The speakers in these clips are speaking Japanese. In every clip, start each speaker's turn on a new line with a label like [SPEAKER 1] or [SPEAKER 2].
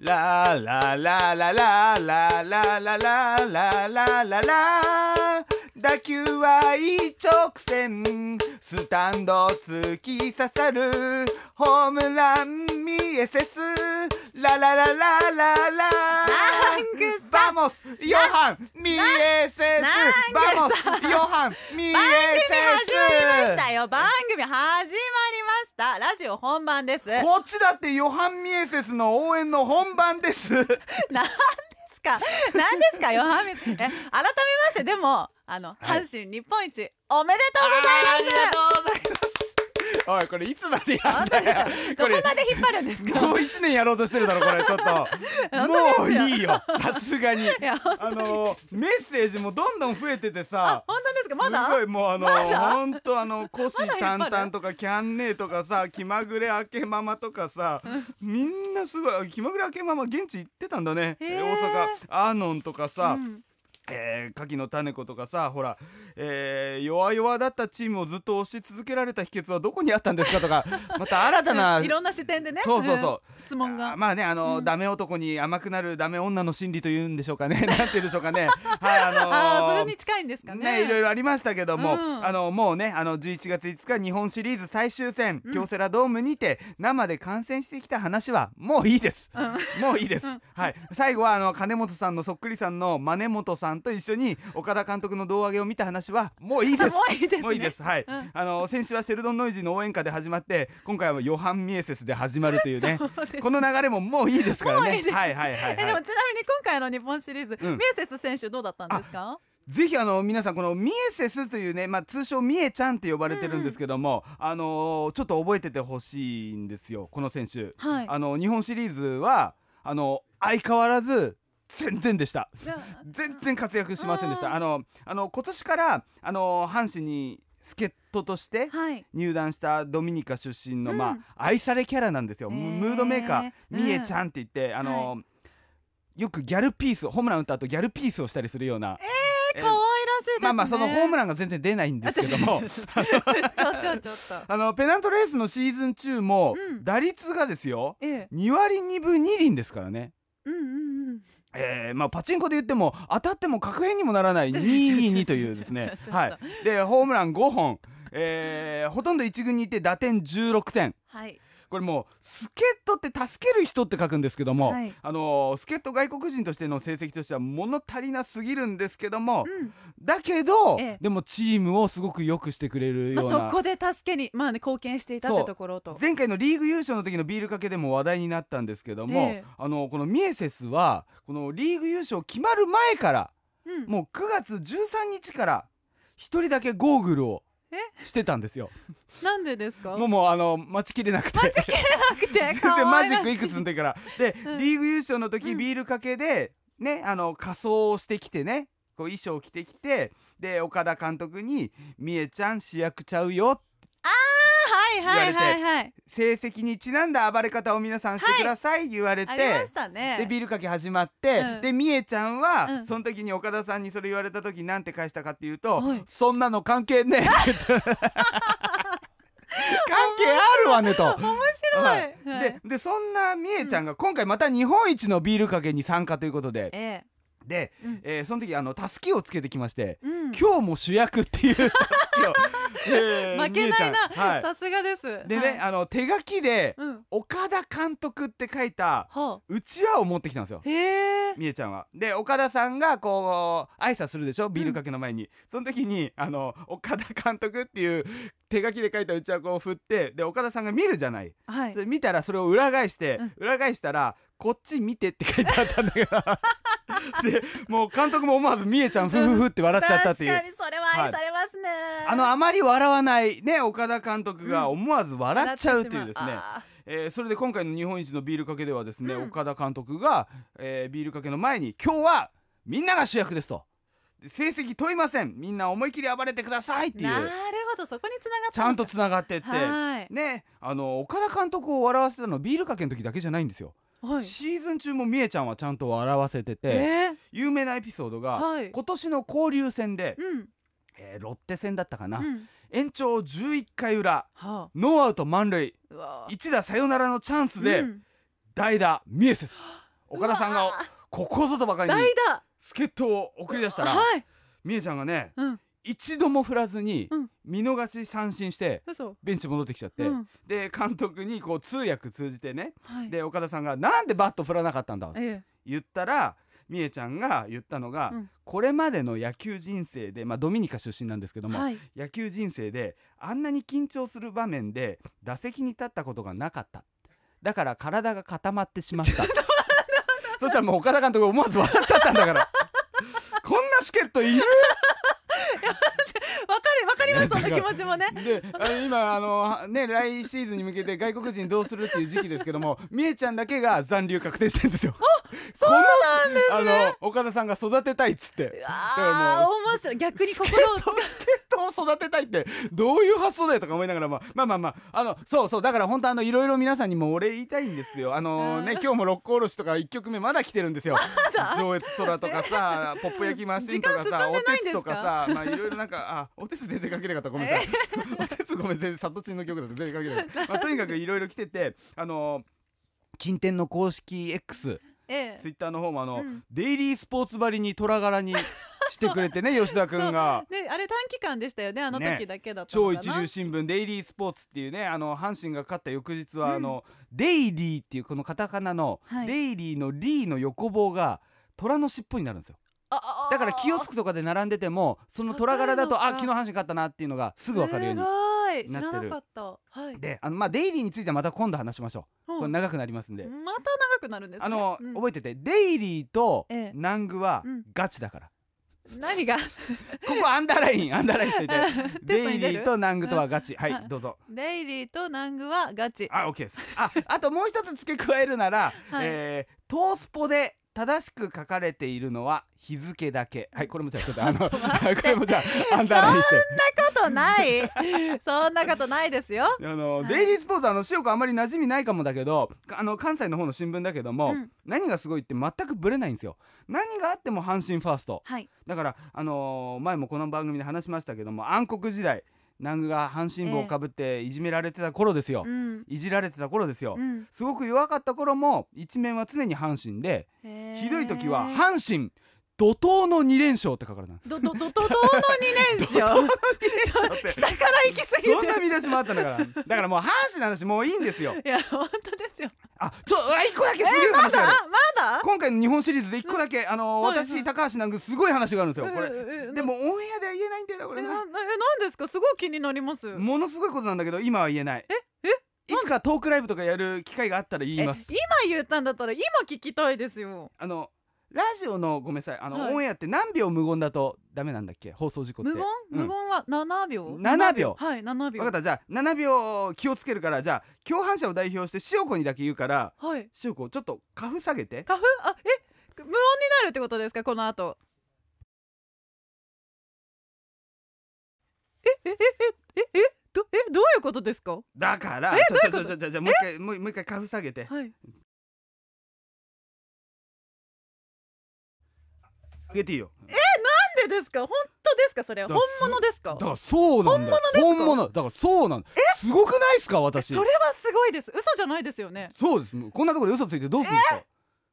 [SPEAKER 1] ラーラーラーラーラーラーラーラーラーラーラーラーラー打球は一直線スタンド突き刺さるホームランミエセスララララララ
[SPEAKER 2] ングサ
[SPEAKER 1] バモスヨハンミエセス
[SPEAKER 2] な
[SPEAKER 1] バ
[SPEAKER 2] なん
[SPEAKER 1] モ
[SPEAKER 2] ぐさ
[SPEAKER 1] スヨハンミエセ
[SPEAKER 2] 番組
[SPEAKER 1] ス
[SPEAKER 2] 始まりましたよ番組始まりましたラジオ本番ですなんで
[SPEAKER 1] こっちだってヨハン・ミエセスの応援の本番です。
[SPEAKER 2] すかなんですかヨハミスえ改めましてでもあの、
[SPEAKER 1] はい
[SPEAKER 2] 阪神日本一おめでとうございます
[SPEAKER 1] おいこれいつまでや
[SPEAKER 2] 本
[SPEAKER 1] ん
[SPEAKER 2] 当です
[SPEAKER 1] だよ。こ
[SPEAKER 2] どこ
[SPEAKER 1] れ
[SPEAKER 2] まで引っ張るんですか
[SPEAKER 1] もう一年やろうとしてるだろこれちょっと。も
[SPEAKER 2] 当
[SPEAKER 1] う
[SPEAKER 2] ですよ
[SPEAKER 1] いいよ。さすがに。
[SPEAKER 2] いや本
[SPEAKER 1] あのメッセージもどんどん増えててさ。
[SPEAKER 2] 当ですかますだ
[SPEAKER 1] ごいもうあの
[SPEAKER 2] まだ
[SPEAKER 1] 本当あ の虎視
[SPEAKER 2] まだ引っ張
[SPEAKER 1] 眈
[SPEAKER 2] る
[SPEAKER 1] 々とかキャンネーとかさ気まぐれ明けママとかさみんなすごい気まぐれ明けママ現地行ってたんだね
[SPEAKER 2] へ
[SPEAKER 1] 大阪
[SPEAKER 2] ー
[SPEAKER 1] アーノンとかさ
[SPEAKER 2] うん
[SPEAKER 1] えー、柿の種子とかさほら、えー、弱々だったチームをずっと押し続けられた秘訣はどこにあったんですかと かまた新たな。
[SPEAKER 2] いろんな視点でね
[SPEAKER 1] そうそうそ
[SPEAKER 2] うん質問
[SPEAKER 1] あ
[SPEAKER 2] が
[SPEAKER 1] まあねあの、
[SPEAKER 2] うん
[SPEAKER 1] ダメ男に甘くなるダメ女の心理というんでしょうかねなんていうんでしょうかねはいあのー
[SPEAKER 2] あーそれに近いんですか
[SPEAKER 1] ね
[SPEAKER 2] ね
[SPEAKER 1] いろいろありましたけども、
[SPEAKER 2] うん
[SPEAKER 1] あのもうねあの11月5日日本シリーズ最終戦、
[SPEAKER 2] うん
[SPEAKER 1] 京セラドームにて生で観戦してきた話はもういいです、もういいです、
[SPEAKER 2] うん
[SPEAKER 1] はい最後はあの金本さんのそっくりさんの真本さんと一緒に岡田監督の胴上げを見た話はもういいです
[SPEAKER 2] もういいですね
[SPEAKER 1] もういいですはい、
[SPEAKER 2] うん
[SPEAKER 1] あの先週はシェルドンノイジーの応援歌で始まって今回はヨハン・ミエセスで始まるというねこの流れももういいですから
[SPEAKER 2] もう
[SPEAKER 1] ね
[SPEAKER 2] いいです
[SPEAKER 1] はいはいはい、はい、
[SPEAKER 2] えでもちなみに今回の日本シリーズ、
[SPEAKER 1] うん
[SPEAKER 2] ミエセス選手どうだったんですか
[SPEAKER 1] ぜひあの皆さんこのミエセスというね、まあ、通称ミエちゃんって呼ばれてるんですけども、あのーちょっと覚えててほしいんですよこの選手、
[SPEAKER 2] はい
[SPEAKER 1] あの日本シリーズはあの相変わらず全然でした
[SPEAKER 2] じゃあ
[SPEAKER 1] 全然活躍しませんでした、
[SPEAKER 2] うん
[SPEAKER 1] あのあの今年からあの阪神に助っ人として
[SPEAKER 2] はい
[SPEAKER 1] 入団したドミニカ出身の、
[SPEAKER 2] うん
[SPEAKER 1] まあ、愛されキャラなんですよ、
[SPEAKER 2] へー
[SPEAKER 1] ムードメーカー
[SPEAKER 2] うん
[SPEAKER 1] みえちゃんって言って、あのよくギャルピースホームラン打った後ギャルピースをしたりするような、えー
[SPEAKER 2] 可愛らしいですね
[SPEAKER 1] まあまあそのホームランが全然出ない んですけども
[SPEAKER 2] あちょちょちょちょちょちょちょちょっと
[SPEAKER 1] あのペナントレースのシーズン中も
[SPEAKER 2] うん
[SPEAKER 1] 打率がですよ
[SPEAKER 2] ええ
[SPEAKER 1] 2割2分2厘ですからね。
[SPEAKER 2] うんうんうん
[SPEAKER 1] えーまあ、パチンコで言っても当たっても確変にもならない
[SPEAKER 2] ちょちょちょちょ
[SPEAKER 1] 222というですね
[SPEAKER 2] ちょちょちょ
[SPEAKER 1] はいでホームラン5本、えーほとんど1軍にいて打点16点
[SPEAKER 2] はい
[SPEAKER 1] これもう助っ人って助ける人って書くんですけども、
[SPEAKER 2] はい
[SPEAKER 1] あのー助っ人外国人としての成績としては物足りなすぎるんですけども、
[SPEAKER 2] うん
[SPEAKER 1] だけど、
[SPEAKER 2] ええ
[SPEAKER 1] でもチームをすごく良くしてくれるような、
[SPEAKER 2] まあそこで助けにまあね貢献していたっ
[SPEAKER 1] そう
[SPEAKER 2] てところと
[SPEAKER 1] 前回のリーグ優勝の時のビールかけでも話題になったんですけども、
[SPEAKER 2] ええ
[SPEAKER 1] あのこのミエセスはこのリーグ優勝決まる前から
[SPEAKER 2] うん
[SPEAKER 1] もう9月13日から1人だけゴーグルをしてたんですよ。
[SPEAKER 2] なんでですか
[SPEAKER 1] もうもうあの待ちきれなくて
[SPEAKER 2] 待ちきれなくて 可
[SPEAKER 1] でマ
[SPEAKER 2] 愛
[SPEAKER 1] ジ
[SPEAKER 2] らし
[SPEAKER 1] ックいくつの時からで、
[SPEAKER 2] うん
[SPEAKER 1] リーグ優勝の時
[SPEAKER 2] うん
[SPEAKER 1] ビールかけで、ねあの仮装をしてきてねこう衣装を着てきてで岡田監督に「みえちゃん主役ちゃうよ」
[SPEAKER 2] はいはいはいはい
[SPEAKER 1] 成績にちなんだ暴れ方を皆さんしてください言われて、
[SPEAKER 2] ありましたね
[SPEAKER 1] でビールかけ始まって、
[SPEAKER 2] うん
[SPEAKER 1] でみえちゃんは、
[SPEAKER 2] うん
[SPEAKER 1] その時に岡田さんにそれ言われた時なんて返したかっていうと
[SPEAKER 2] はい
[SPEAKER 1] 「そんなの関係ねえ」って言 って関係あるわねと。
[SPEAKER 2] 面白いはい
[SPEAKER 1] ででそんなみえちゃんが今回また日本一のビールかけに参加ということで
[SPEAKER 2] ええ
[SPEAKER 1] で、
[SPEAKER 2] うん
[SPEAKER 1] えーその時あのたすきをつけてきまして
[SPEAKER 2] うん
[SPEAKER 1] 「今日も主役」っていうたすき を、えー
[SPEAKER 2] 負けない
[SPEAKER 1] みえちゃんは
[SPEAKER 2] ないさすがです
[SPEAKER 1] でね、
[SPEAKER 2] はい
[SPEAKER 1] あの手書きで
[SPEAKER 2] うん
[SPEAKER 1] 「岡田監督」って書いた
[SPEAKER 2] ほ
[SPEAKER 1] うちわを持ってきたんですよ
[SPEAKER 2] うへえ
[SPEAKER 1] みえちゃんは。で岡田さんがこう挨拶するでしょビールかけの前に、その時にあの「岡田監督」っていう手書きで書いたうちわを振ってで岡田さんが見るじゃない。
[SPEAKER 2] はい
[SPEAKER 1] で見たらそれを裏返して、
[SPEAKER 2] うん
[SPEAKER 1] 裏返したら「こっち見て」って書いてあったんだけど でもう監督も思わずみえちゃんふふふって笑っちゃったっていう
[SPEAKER 2] 確。かにそれは愛されますね、
[SPEAKER 1] あのあまり笑わないね岡田監督が思わず笑っちゃうというですね、
[SPEAKER 2] あ
[SPEAKER 1] えーそれで今回の日本一のビールかけではですね、
[SPEAKER 2] うん
[SPEAKER 1] 岡田監督が、えービールかけの前に今日はみんなが主役ですとで成績問いませんみんな思い切り暴れてくださいっ
[SPEAKER 2] ー
[SPEAKER 1] てい
[SPEAKER 2] なる
[SPEAKER 1] う
[SPEAKER 2] ほどそこにつながった
[SPEAKER 1] ちゃんと
[SPEAKER 2] つ
[SPEAKER 1] つながってって
[SPEAKER 2] はい
[SPEAKER 1] ねあの岡田監督を笑わせたのはビールかけの時だけじゃないんですよ、
[SPEAKER 2] はい
[SPEAKER 1] シーズン中もみえちゃんはちゃんと笑わせてて、
[SPEAKER 2] えー、
[SPEAKER 1] 有名なエピソードが、
[SPEAKER 2] はい
[SPEAKER 1] 今年の交流戦で、
[SPEAKER 2] うん
[SPEAKER 1] えーロッテ戦だったかな、
[SPEAKER 2] うん
[SPEAKER 1] 延長11回裏
[SPEAKER 2] はあ
[SPEAKER 1] ノーアウト満塁
[SPEAKER 2] うわ
[SPEAKER 1] 一打サヨナラのチャンスで、
[SPEAKER 2] うん
[SPEAKER 1] 代打ミエセス岡田さん
[SPEAKER 2] う
[SPEAKER 1] が
[SPEAKER 2] わ
[SPEAKER 1] ここぞとばか
[SPEAKER 2] ー
[SPEAKER 1] りに
[SPEAKER 2] 代打
[SPEAKER 1] 助っ人を送り出したら
[SPEAKER 2] はい
[SPEAKER 1] みえちゃんがね
[SPEAKER 2] うん
[SPEAKER 1] 一度も振らずに
[SPEAKER 2] うん
[SPEAKER 1] 見逃し三振して
[SPEAKER 2] 嘘
[SPEAKER 1] ベンチ戻ってきちゃって
[SPEAKER 2] うん
[SPEAKER 1] で監督にこう通訳通じてね
[SPEAKER 2] はい
[SPEAKER 1] で岡田さんが「なんでバット振らなかったんだ」って
[SPEAKER 2] え
[SPEAKER 1] 言ったらみえちゃんが言ったのが、
[SPEAKER 2] うん
[SPEAKER 1] これまでの野球人生で、まあ、ドミニカ出身なんですけど
[SPEAKER 2] え
[SPEAKER 1] も、
[SPEAKER 2] はい
[SPEAKER 1] 野球人生であんなに緊張する場面で打席に立ったことがなかっただから体が固まってしまったそしたらもう岡田監督思わず笑っちゃったんだからこんな助っ人いる
[SPEAKER 2] わかるわかりますその気持ちもね
[SPEAKER 1] であの今あの、ね、来シーズンに向けて外国人どうするっていう時期ですけどもみえちゃんだけが残留確定してるんですよ。
[SPEAKER 2] そうなんです
[SPEAKER 1] このあの岡田さんが育てたいっつって。
[SPEAKER 2] ああ面白い逆に心をつか
[SPEAKER 1] 人を育てたいってどういう発想だよとか思いながら、まあ、まあまあまああのそうそうだから本当あのいろいろ皆さんにもお礼言いたいんですよあのね今日も「六甲おろし」とか1曲目まだ来てるん ですよ上越空とかさ、ポップ焼きマシンとか
[SPEAKER 2] 時間
[SPEAKER 1] さ
[SPEAKER 2] 進ん
[SPEAKER 1] お
[SPEAKER 2] でないん
[SPEAKER 1] て
[SPEAKER 2] で
[SPEAKER 1] つ
[SPEAKER 2] すか
[SPEAKER 1] とかさまあいろいろなんかあおてつ全然かけなかったごめんなさい、 おてつごめん全然サトチンの曲だって全然かけなかっ た、まあ、とにかくいろいろ来ててあの近天の公式 X
[SPEAKER 2] え
[SPEAKER 1] ツイッターの方もあの、
[SPEAKER 2] うん
[SPEAKER 1] デイリースポーツ張りに虎柄にしてくれて ね吉田君が。
[SPEAKER 2] えねあれ短期間でしたよねあの時だけだったの
[SPEAKER 1] 超
[SPEAKER 2] かな
[SPEAKER 1] 一流新聞デイリースポーツっていうねあの阪神が勝った翌日は、
[SPEAKER 2] うん
[SPEAKER 1] あのデイリーっていうこのカタカナの、
[SPEAKER 2] はい
[SPEAKER 1] デイリーのリーの横棒が虎の尻尾になるんですよ
[SPEAKER 2] ああ
[SPEAKER 1] だからキヨスクとかで並んでてもその虎柄だ
[SPEAKER 2] わ
[SPEAKER 1] と
[SPEAKER 2] か
[SPEAKER 1] あ
[SPEAKER 2] るの
[SPEAKER 1] 昨
[SPEAKER 2] か
[SPEAKER 1] 日阪神勝ったなっていうのがすぐわかるように
[SPEAKER 2] すごい知
[SPEAKER 1] なってる
[SPEAKER 2] らなかったはい
[SPEAKER 1] であのまあデイリーについてはまた今度話しましょう、
[SPEAKER 2] うん
[SPEAKER 1] これ長くなりますんで、
[SPEAKER 2] また長くなるんですね
[SPEAKER 1] あの、
[SPEAKER 2] うん
[SPEAKER 1] 覚えててデイリーと
[SPEAKER 2] ええ
[SPEAKER 1] 南具は
[SPEAKER 2] うん
[SPEAKER 1] ガチだから、
[SPEAKER 2] 何が
[SPEAKER 1] ここアンダーラインアンダーラインしていて
[SPEAKER 2] テスト
[SPEAKER 1] デイ
[SPEAKER 2] に
[SPEAKER 1] リ
[SPEAKER 2] 出る
[SPEAKER 1] ーと南具とはガチ、は
[SPEAKER 2] はい
[SPEAKER 1] いどうぞ
[SPEAKER 2] デイリーとナングはガチ
[SPEAKER 1] あ、オッケーです。あ、 あともう一つ付け加えるなら、
[SPEAKER 2] はい
[SPEAKER 1] えートースポで正しく書かれているのは日付だけ。はい、これもじゃあちょっとあの、 これもじゃあアンダーラインして。
[SPEAKER 2] そんなことない そんなことないですよ
[SPEAKER 1] あの、
[SPEAKER 2] はい
[SPEAKER 1] デイリースポーツあの塩子あんまり馴染みないかもだけど、かあの関西の方の新聞だけども、
[SPEAKER 2] うん
[SPEAKER 1] 何がすごいって全くブレないんですよ。何があっても阪神ファースト。
[SPEAKER 2] はい
[SPEAKER 1] だからあのー前もこの番組で話しましたけども、暗黒時代。南具が阪神帽をかぶっていじめられてた頃ですよ、
[SPEAKER 2] うん
[SPEAKER 1] いじられてた頃ですよ、
[SPEAKER 2] うん
[SPEAKER 1] すごく弱かった頃も一面は常に阪神でひどい時は
[SPEAKER 2] へー
[SPEAKER 1] 阪神怒涛の2連勝って書かれたんです
[SPEAKER 2] どどどどどの二連 勝
[SPEAKER 1] って
[SPEAKER 2] 下から行き過ぎて
[SPEAKER 1] そんな見出しもあったんだからだからもう阪神の話もういいんですよ
[SPEAKER 2] いや本当ですよ
[SPEAKER 1] あちょあ一個だけすげえ
[SPEAKER 2] ま
[SPEAKER 1] 話
[SPEAKER 2] だ
[SPEAKER 1] がある、
[SPEAKER 2] まだ
[SPEAKER 1] 今回の日本シリーズで一個だけ、あの
[SPEAKER 2] はいはい
[SPEAKER 1] 私高橋なんかすごい話があるんですよこれ
[SPEAKER 2] うんうんうん
[SPEAKER 1] でもオンエアでは言えないんだよなこ
[SPEAKER 2] え
[SPEAKER 1] れ
[SPEAKER 2] な
[SPEAKER 1] な
[SPEAKER 2] なえなんですかすごい気になります
[SPEAKER 1] ものすごいことなんだけど今は言えない
[SPEAKER 2] え
[SPEAKER 1] いつかトークライブとかやる機会があったら言います
[SPEAKER 2] え今言ったんだったら今聞きたいですよ
[SPEAKER 1] あのラジオのごめんなさいあの、
[SPEAKER 2] はい
[SPEAKER 1] オンエアって何秒無言だとダメなんだっけ放送事故って
[SPEAKER 2] 無言、
[SPEAKER 1] うん
[SPEAKER 2] 無言は7秒
[SPEAKER 1] 7秒
[SPEAKER 2] はい7秒
[SPEAKER 1] 分かったじゃあ7秒気をつけるからじゃあ共犯者を代表して塩子にだけ言うから
[SPEAKER 2] はい
[SPEAKER 1] 塩子ちょっとカフ下げて
[SPEAKER 2] 花粉あえ無音になるってことですかこの後ええええええどえどういうことですか
[SPEAKER 1] だから
[SPEAKER 2] え
[SPEAKER 1] ちょちょ
[SPEAKER 2] どういう
[SPEAKER 1] ち
[SPEAKER 2] こ
[SPEAKER 1] ょちょちょもう一回もうもう一回カフ下げて
[SPEAKER 2] はい
[SPEAKER 1] 上げていいよ
[SPEAKER 2] なんでですか本当ですかそれ
[SPEAKER 1] だ
[SPEAKER 2] 本物ですか
[SPEAKER 1] だからそうなんだよ
[SPEAKER 2] 本物で
[SPEAKER 1] だ
[SPEAKER 2] すか
[SPEAKER 1] からそうなんだすごくないですか
[SPEAKER 2] え
[SPEAKER 1] 私
[SPEAKER 2] それはすごいです嘘じゃないですよね
[SPEAKER 1] そうですもうこんなところで嘘ついてどうするんですか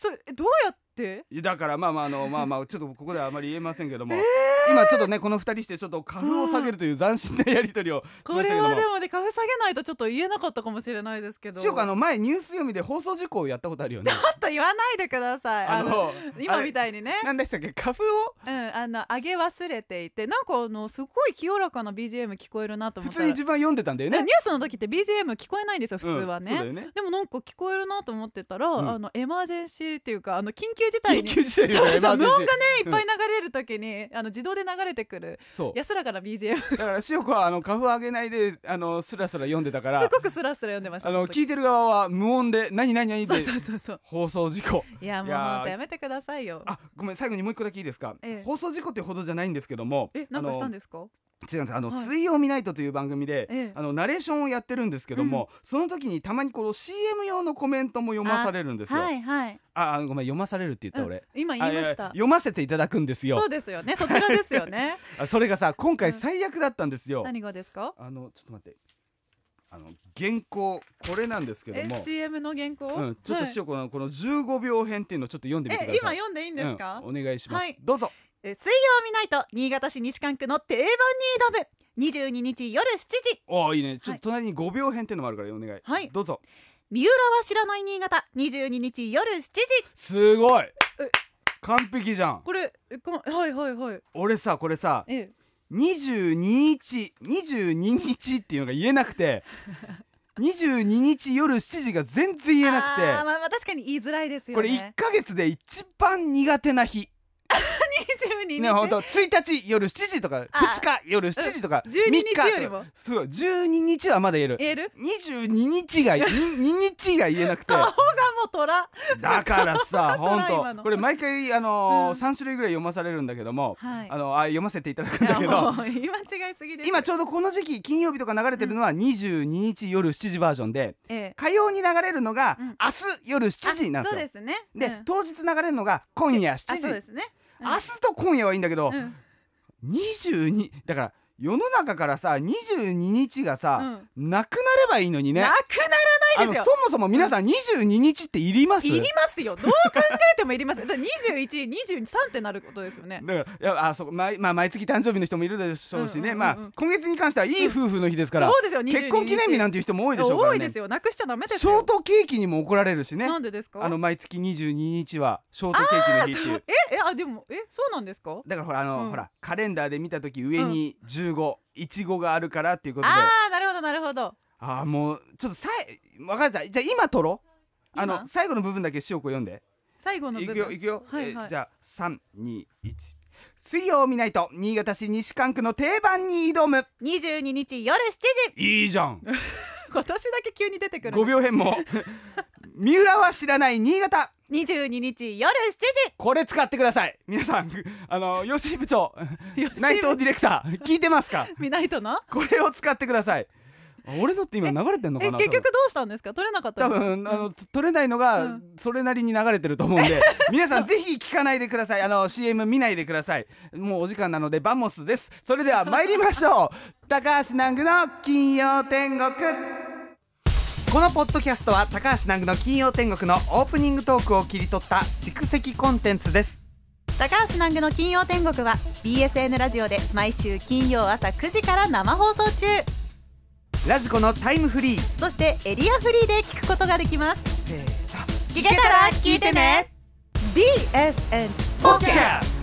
[SPEAKER 2] それえどうやって
[SPEAKER 1] いやだからまあまああのまあまあちょっとここではあまり言えませんけども、今ちょっとねこの二人してちょっとカフを下げるという斬新なやり取りをし
[SPEAKER 2] こ
[SPEAKER 1] ました
[SPEAKER 2] れ
[SPEAKER 1] けど
[SPEAKER 2] は
[SPEAKER 1] も
[SPEAKER 2] でもね花粉下げないとちょっと言えなかったかもしれないですけど
[SPEAKER 1] 塩子あの前ニュース読みで放送事故をやったことあるよね
[SPEAKER 2] ちょっと言わないでください あの今み
[SPEAKER 1] い
[SPEAKER 2] たいにね
[SPEAKER 1] 何でしたっけカフを
[SPEAKER 2] うんあの上げ忘れていてなんかあのすごい清らかな BGM 聞こえるなと思
[SPEAKER 1] 普
[SPEAKER 2] った
[SPEAKER 1] 通
[SPEAKER 2] ら
[SPEAKER 1] に自分は読んでたんだよ
[SPEAKER 2] ニュ
[SPEAKER 1] ね
[SPEAKER 2] ー。スの時って BGM 聞こえないんですよ普通はね,、
[SPEAKER 1] うんそうだよね。
[SPEAKER 2] でもなんか聞こえるなと思ってたら、
[SPEAKER 1] うん
[SPEAKER 2] あのエマージェンシーっていうかあの緊急事態
[SPEAKER 1] 緊
[SPEAKER 2] に
[SPEAKER 1] 急事態だよ
[SPEAKER 2] そう
[SPEAKER 1] ね。
[SPEAKER 2] そう
[SPEAKER 1] マジ
[SPEAKER 2] 無
[SPEAKER 1] で
[SPEAKER 2] 音がねいっぱい流れる時に、あの自動で流れてくる
[SPEAKER 1] そう。
[SPEAKER 2] 安らかな BGM す
[SPEAKER 1] だから塩子はあのカフ上げないであのスラスラ読んでたから、
[SPEAKER 2] ごくスラスラ読んでました
[SPEAKER 1] あの
[SPEAKER 2] その時
[SPEAKER 1] 聞いてる側は無音で何何何
[SPEAKER 2] そう
[SPEAKER 1] で
[SPEAKER 2] そうそうそう
[SPEAKER 1] 放送事故。
[SPEAKER 2] いやも
[SPEAKER 1] いうやー
[SPEAKER 2] 本当やめてくださいよ
[SPEAKER 1] あ、ごめん最後にもう一個だけいいですか
[SPEAKER 2] ええ。
[SPEAKER 1] 放送事故ってほどじゃないんですけども、
[SPEAKER 2] えなんかしたん
[SPEAKER 1] で
[SPEAKER 2] ですか
[SPEAKER 1] す。違うんです。あの
[SPEAKER 2] はい
[SPEAKER 1] 水曜ミナイトという番組
[SPEAKER 2] ええ
[SPEAKER 1] で、あのナレーションをやってるんですけども、その時にたまにこの CM 用のコメントも読まされるんですよ。
[SPEAKER 2] はいはい
[SPEAKER 1] あ、あのごめん読まされるって言った俺。
[SPEAKER 2] 今言いまし
[SPEAKER 1] あやや
[SPEAKER 2] た
[SPEAKER 1] 読ませていただくんですよ
[SPEAKER 2] そうですよねそちらですよね
[SPEAKER 1] あそれがさ今
[SPEAKER 2] う
[SPEAKER 1] 回
[SPEAKER 2] ん
[SPEAKER 1] 最悪だったんですよ、
[SPEAKER 2] 何がですか
[SPEAKER 1] あのちょっと待ってあの原稿これなんですけど
[SPEAKER 2] え
[SPEAKER 1] も、
[SPEAKER 2] CM の原稿、
[SPEAKER 1] うん、ちょっと
[SPEAKER 2] はい
[SPEAKER 1] 師匠このこの15秒編っていうのをちょっと読んでみてくださ
[SPEAKER 2] え
[SPEAKER 1] い
[SPEAKER 2] 今読んでいいんですか、
[SPEAKER 1] うんお願いします、
[SPEAKER 2] はい
[SPEAKER 1] どうぞ
[SPEAKER 2] え水曜日ナイト新潟市西館区の定番に挑む22日夜7時
[SPEAKER 1] おーいいねちょっと隣に5秒編っていうのもあるからお願い、
[SPEAKER 2] はい
[SPEAKER 1] どうぞ
[SPEAKER 2] 三浦は知らない新潟22日夜7時
[SPEAKER 1] すごい
[SPEAKER 2] え
[SPEAKER 1] 完璧じゃん
[SPEAKER 2] これえこはいはいはい
[SPEAKER 1] 俺さこれさ
[SPEAKER 2] え
[SPEAKER 1] 22日22日っていうのが言えなく て22日夜7時が全然言えなくて
[SPEAKER 2] あーまあ、まあ確かに言いづらいですよ
[SPEAKER 1] これ1
[SPEAKER 2] ね
[SPEAKER 1] ヶ月で一番苦手な日
[SPEAKER 2] 22日、
[SPEAKER 1] ねほんと1日夜7時とか
[SPEAKER 2] あ
[SPEAKER 1] 2日夜7時とか
[SPEAKER 2] う
[SPEAKER 1] 3
[SPEAKER 2] ん
[SPEAKER 1] 日
[SPEAKER 2] 12日よりも
[SPEAKER 1] そう12日はまだ言える
[SPEAKER 2] 言える
[SPEAKER 1] 22日が2日が言えなくて
[SPEAKER 2] 顔がもう虎
[SPEAKER 1] だからさ
[SPEAKER 2] 本 当だ
[SPEAKER 1] ほ
[SPEAKER 2] 今
[SPEAKER 1] んと
[SPEAKER 2] の
[SPEAKER 1] これ毎回あの
[SPEAKER 2] うん
[SPEAKER 1] 3種類ぐらい読まされるんだけども
[SPEAKER 2] はい
[SPEAKER 1] あのあ読ませていただくん
[SPEAKER 2] い
[SPEAKER 1] だ
[SPEAKER 2] や
[SPEAKER 1] け
[SPEAKER 2] も
[SPEAKER 1] ど
[SPEAKER 2] う今違いすぎです
[SPEAKER 1] 今ちょうどこの時期金曜日とか流れてるのは22日夜7時バージョンで
[SPEAKER 2] ええ
[SPEAKER 1] 火曜に流れるのが
[SPEAKER 2] うん
[SPEAKER 1] 明日夜7時なんです
[SPEAKER 2] そう
[SPEAKER 1] よ
[SPEAKER 2] ですね
[SPEAKER 1] で、
[SPEAKER 2] うん
[SPEAKER 1] 当日流れるのが今夜
[SPEAKER 2] あ
[SPEAKER 1] 7時
[SPEAKER 2] そうですねうん
[SPEAKER 1] 明日と今夜はいいんだけど、
[SPEAKER 2] うん
[SPEAKER 1] 22だから世の中からさ22日がさ、なくなればいいのにね
[SPEAKER 2] なくならないです
[SPEAKER 1] あの
[SPEAKER 2] よ
[SPEAKER 1] そもそも皆さん22日っていります
[SPEAKER 2] いりますよどう考えてもいりますだ2123ってなることですよね
[SPEAKER 1] だからいやあそう毎,、まあ、毎月誕生日の人もいるでしょうしね、
[SPEAKER 2] うんうんうんうん
[SPEAKER 1] まあ今月に関してはいい夫婦の日ですから、
[SPEAKER 2] そうですよ
[SPEAKER 1] 結婚記念日なんていう人も多いでしょうから
[SPEAKER 2] 多
[SPEAKER 1] ね
[SPEAKER 2] いですよなくしちゃダメです
[SPEAKER 1] ショー
[SPEAKER 2] よ
[SPEAKER 1] トケーキにも怒られるしね
[SPEAKER 2] なんでですか
[SPEAKER 1] あの毎月22日はショートケーキの日って いう
[SPEAKER 2] ええあでもえそうなんですか
[SPEAKER 1] だからほらあの、
[SPEAKER 2] うん
[SPEAKER 1] ほらカレンダーで見た時上に15、いちごがあるからっていうことで
[SPEAKER 2] ああなるほどなるほど
[SPEAKER 1] ああもうちょっとさい分かったじゃあ今取ろうあの
[SPEAKER 2] 今
[SPEAKER 1] 最後の部分だけ塩子読んで
[SPEAKER 2] 最後の
[SPEAKER 1] い
[SPEAKER 2] 部
[SPEAKER 1] くよい
[SPEAKER 2] 分
[SPEAKER 1] くよ、
[SPEAKER 2] はいはい
[SPEAKER 1] えーじゃあ321水曜見ないと新潟市西館区の定番に挑む
[SPEAKER 2] 22日夜7時
[SPEAKER 1] いいじゃん
[SPEAKER 2] 今年だけ急に出てくる
[SPEAKER 1] 5秒編 も三浦は知らない新潟
[SPEAKER 2] 22日夜
[SPEAKER 1] これ使ってください皆さんあの吉井部 長
[SPEAKER 2] 7時
[SPEAKER 1] 内藤ディレクター聞いてます か
[SPEAKER 2] 見ないとな
[SPEAKER 1] これを使ってください俺のって今流れてんの
[SPEAKER 2] え
[SPEAKER 1] かな
[SPEAKER 2] 結局どうしたんですか取れなかっ
[SPEAKER 1] 多
[SPEAKER 2] たんですか
[SPEAKER 1] 分あの取れないのが、
[SPEAKER 2] うん
[SPEAKER 1] それなりに流れてると思うん で皆さんぜひ聞かないでくださいあの CM 見ないでくださいもうお時間なのでバモスですそれでは参りまし ょう高橋南具の金曜天国このポッドキャストは高橋南具の金曜天国のオープニングトークを切り取った蓄積コンテンツです
[SPEAKER 2] 高橋南具の金曜天国は BSN ラジオで毎週金曜朝9時から生放送中
[SPEAKER 1] ラジコのタイムフリー
[SPEAKER 2] そしてエリアフリーで聞くことができます
[SPEAKER 1] せーの
[SPEAKER 2] 聞けたら聞いてね BSN
[SPEAKER 1] ポッキャー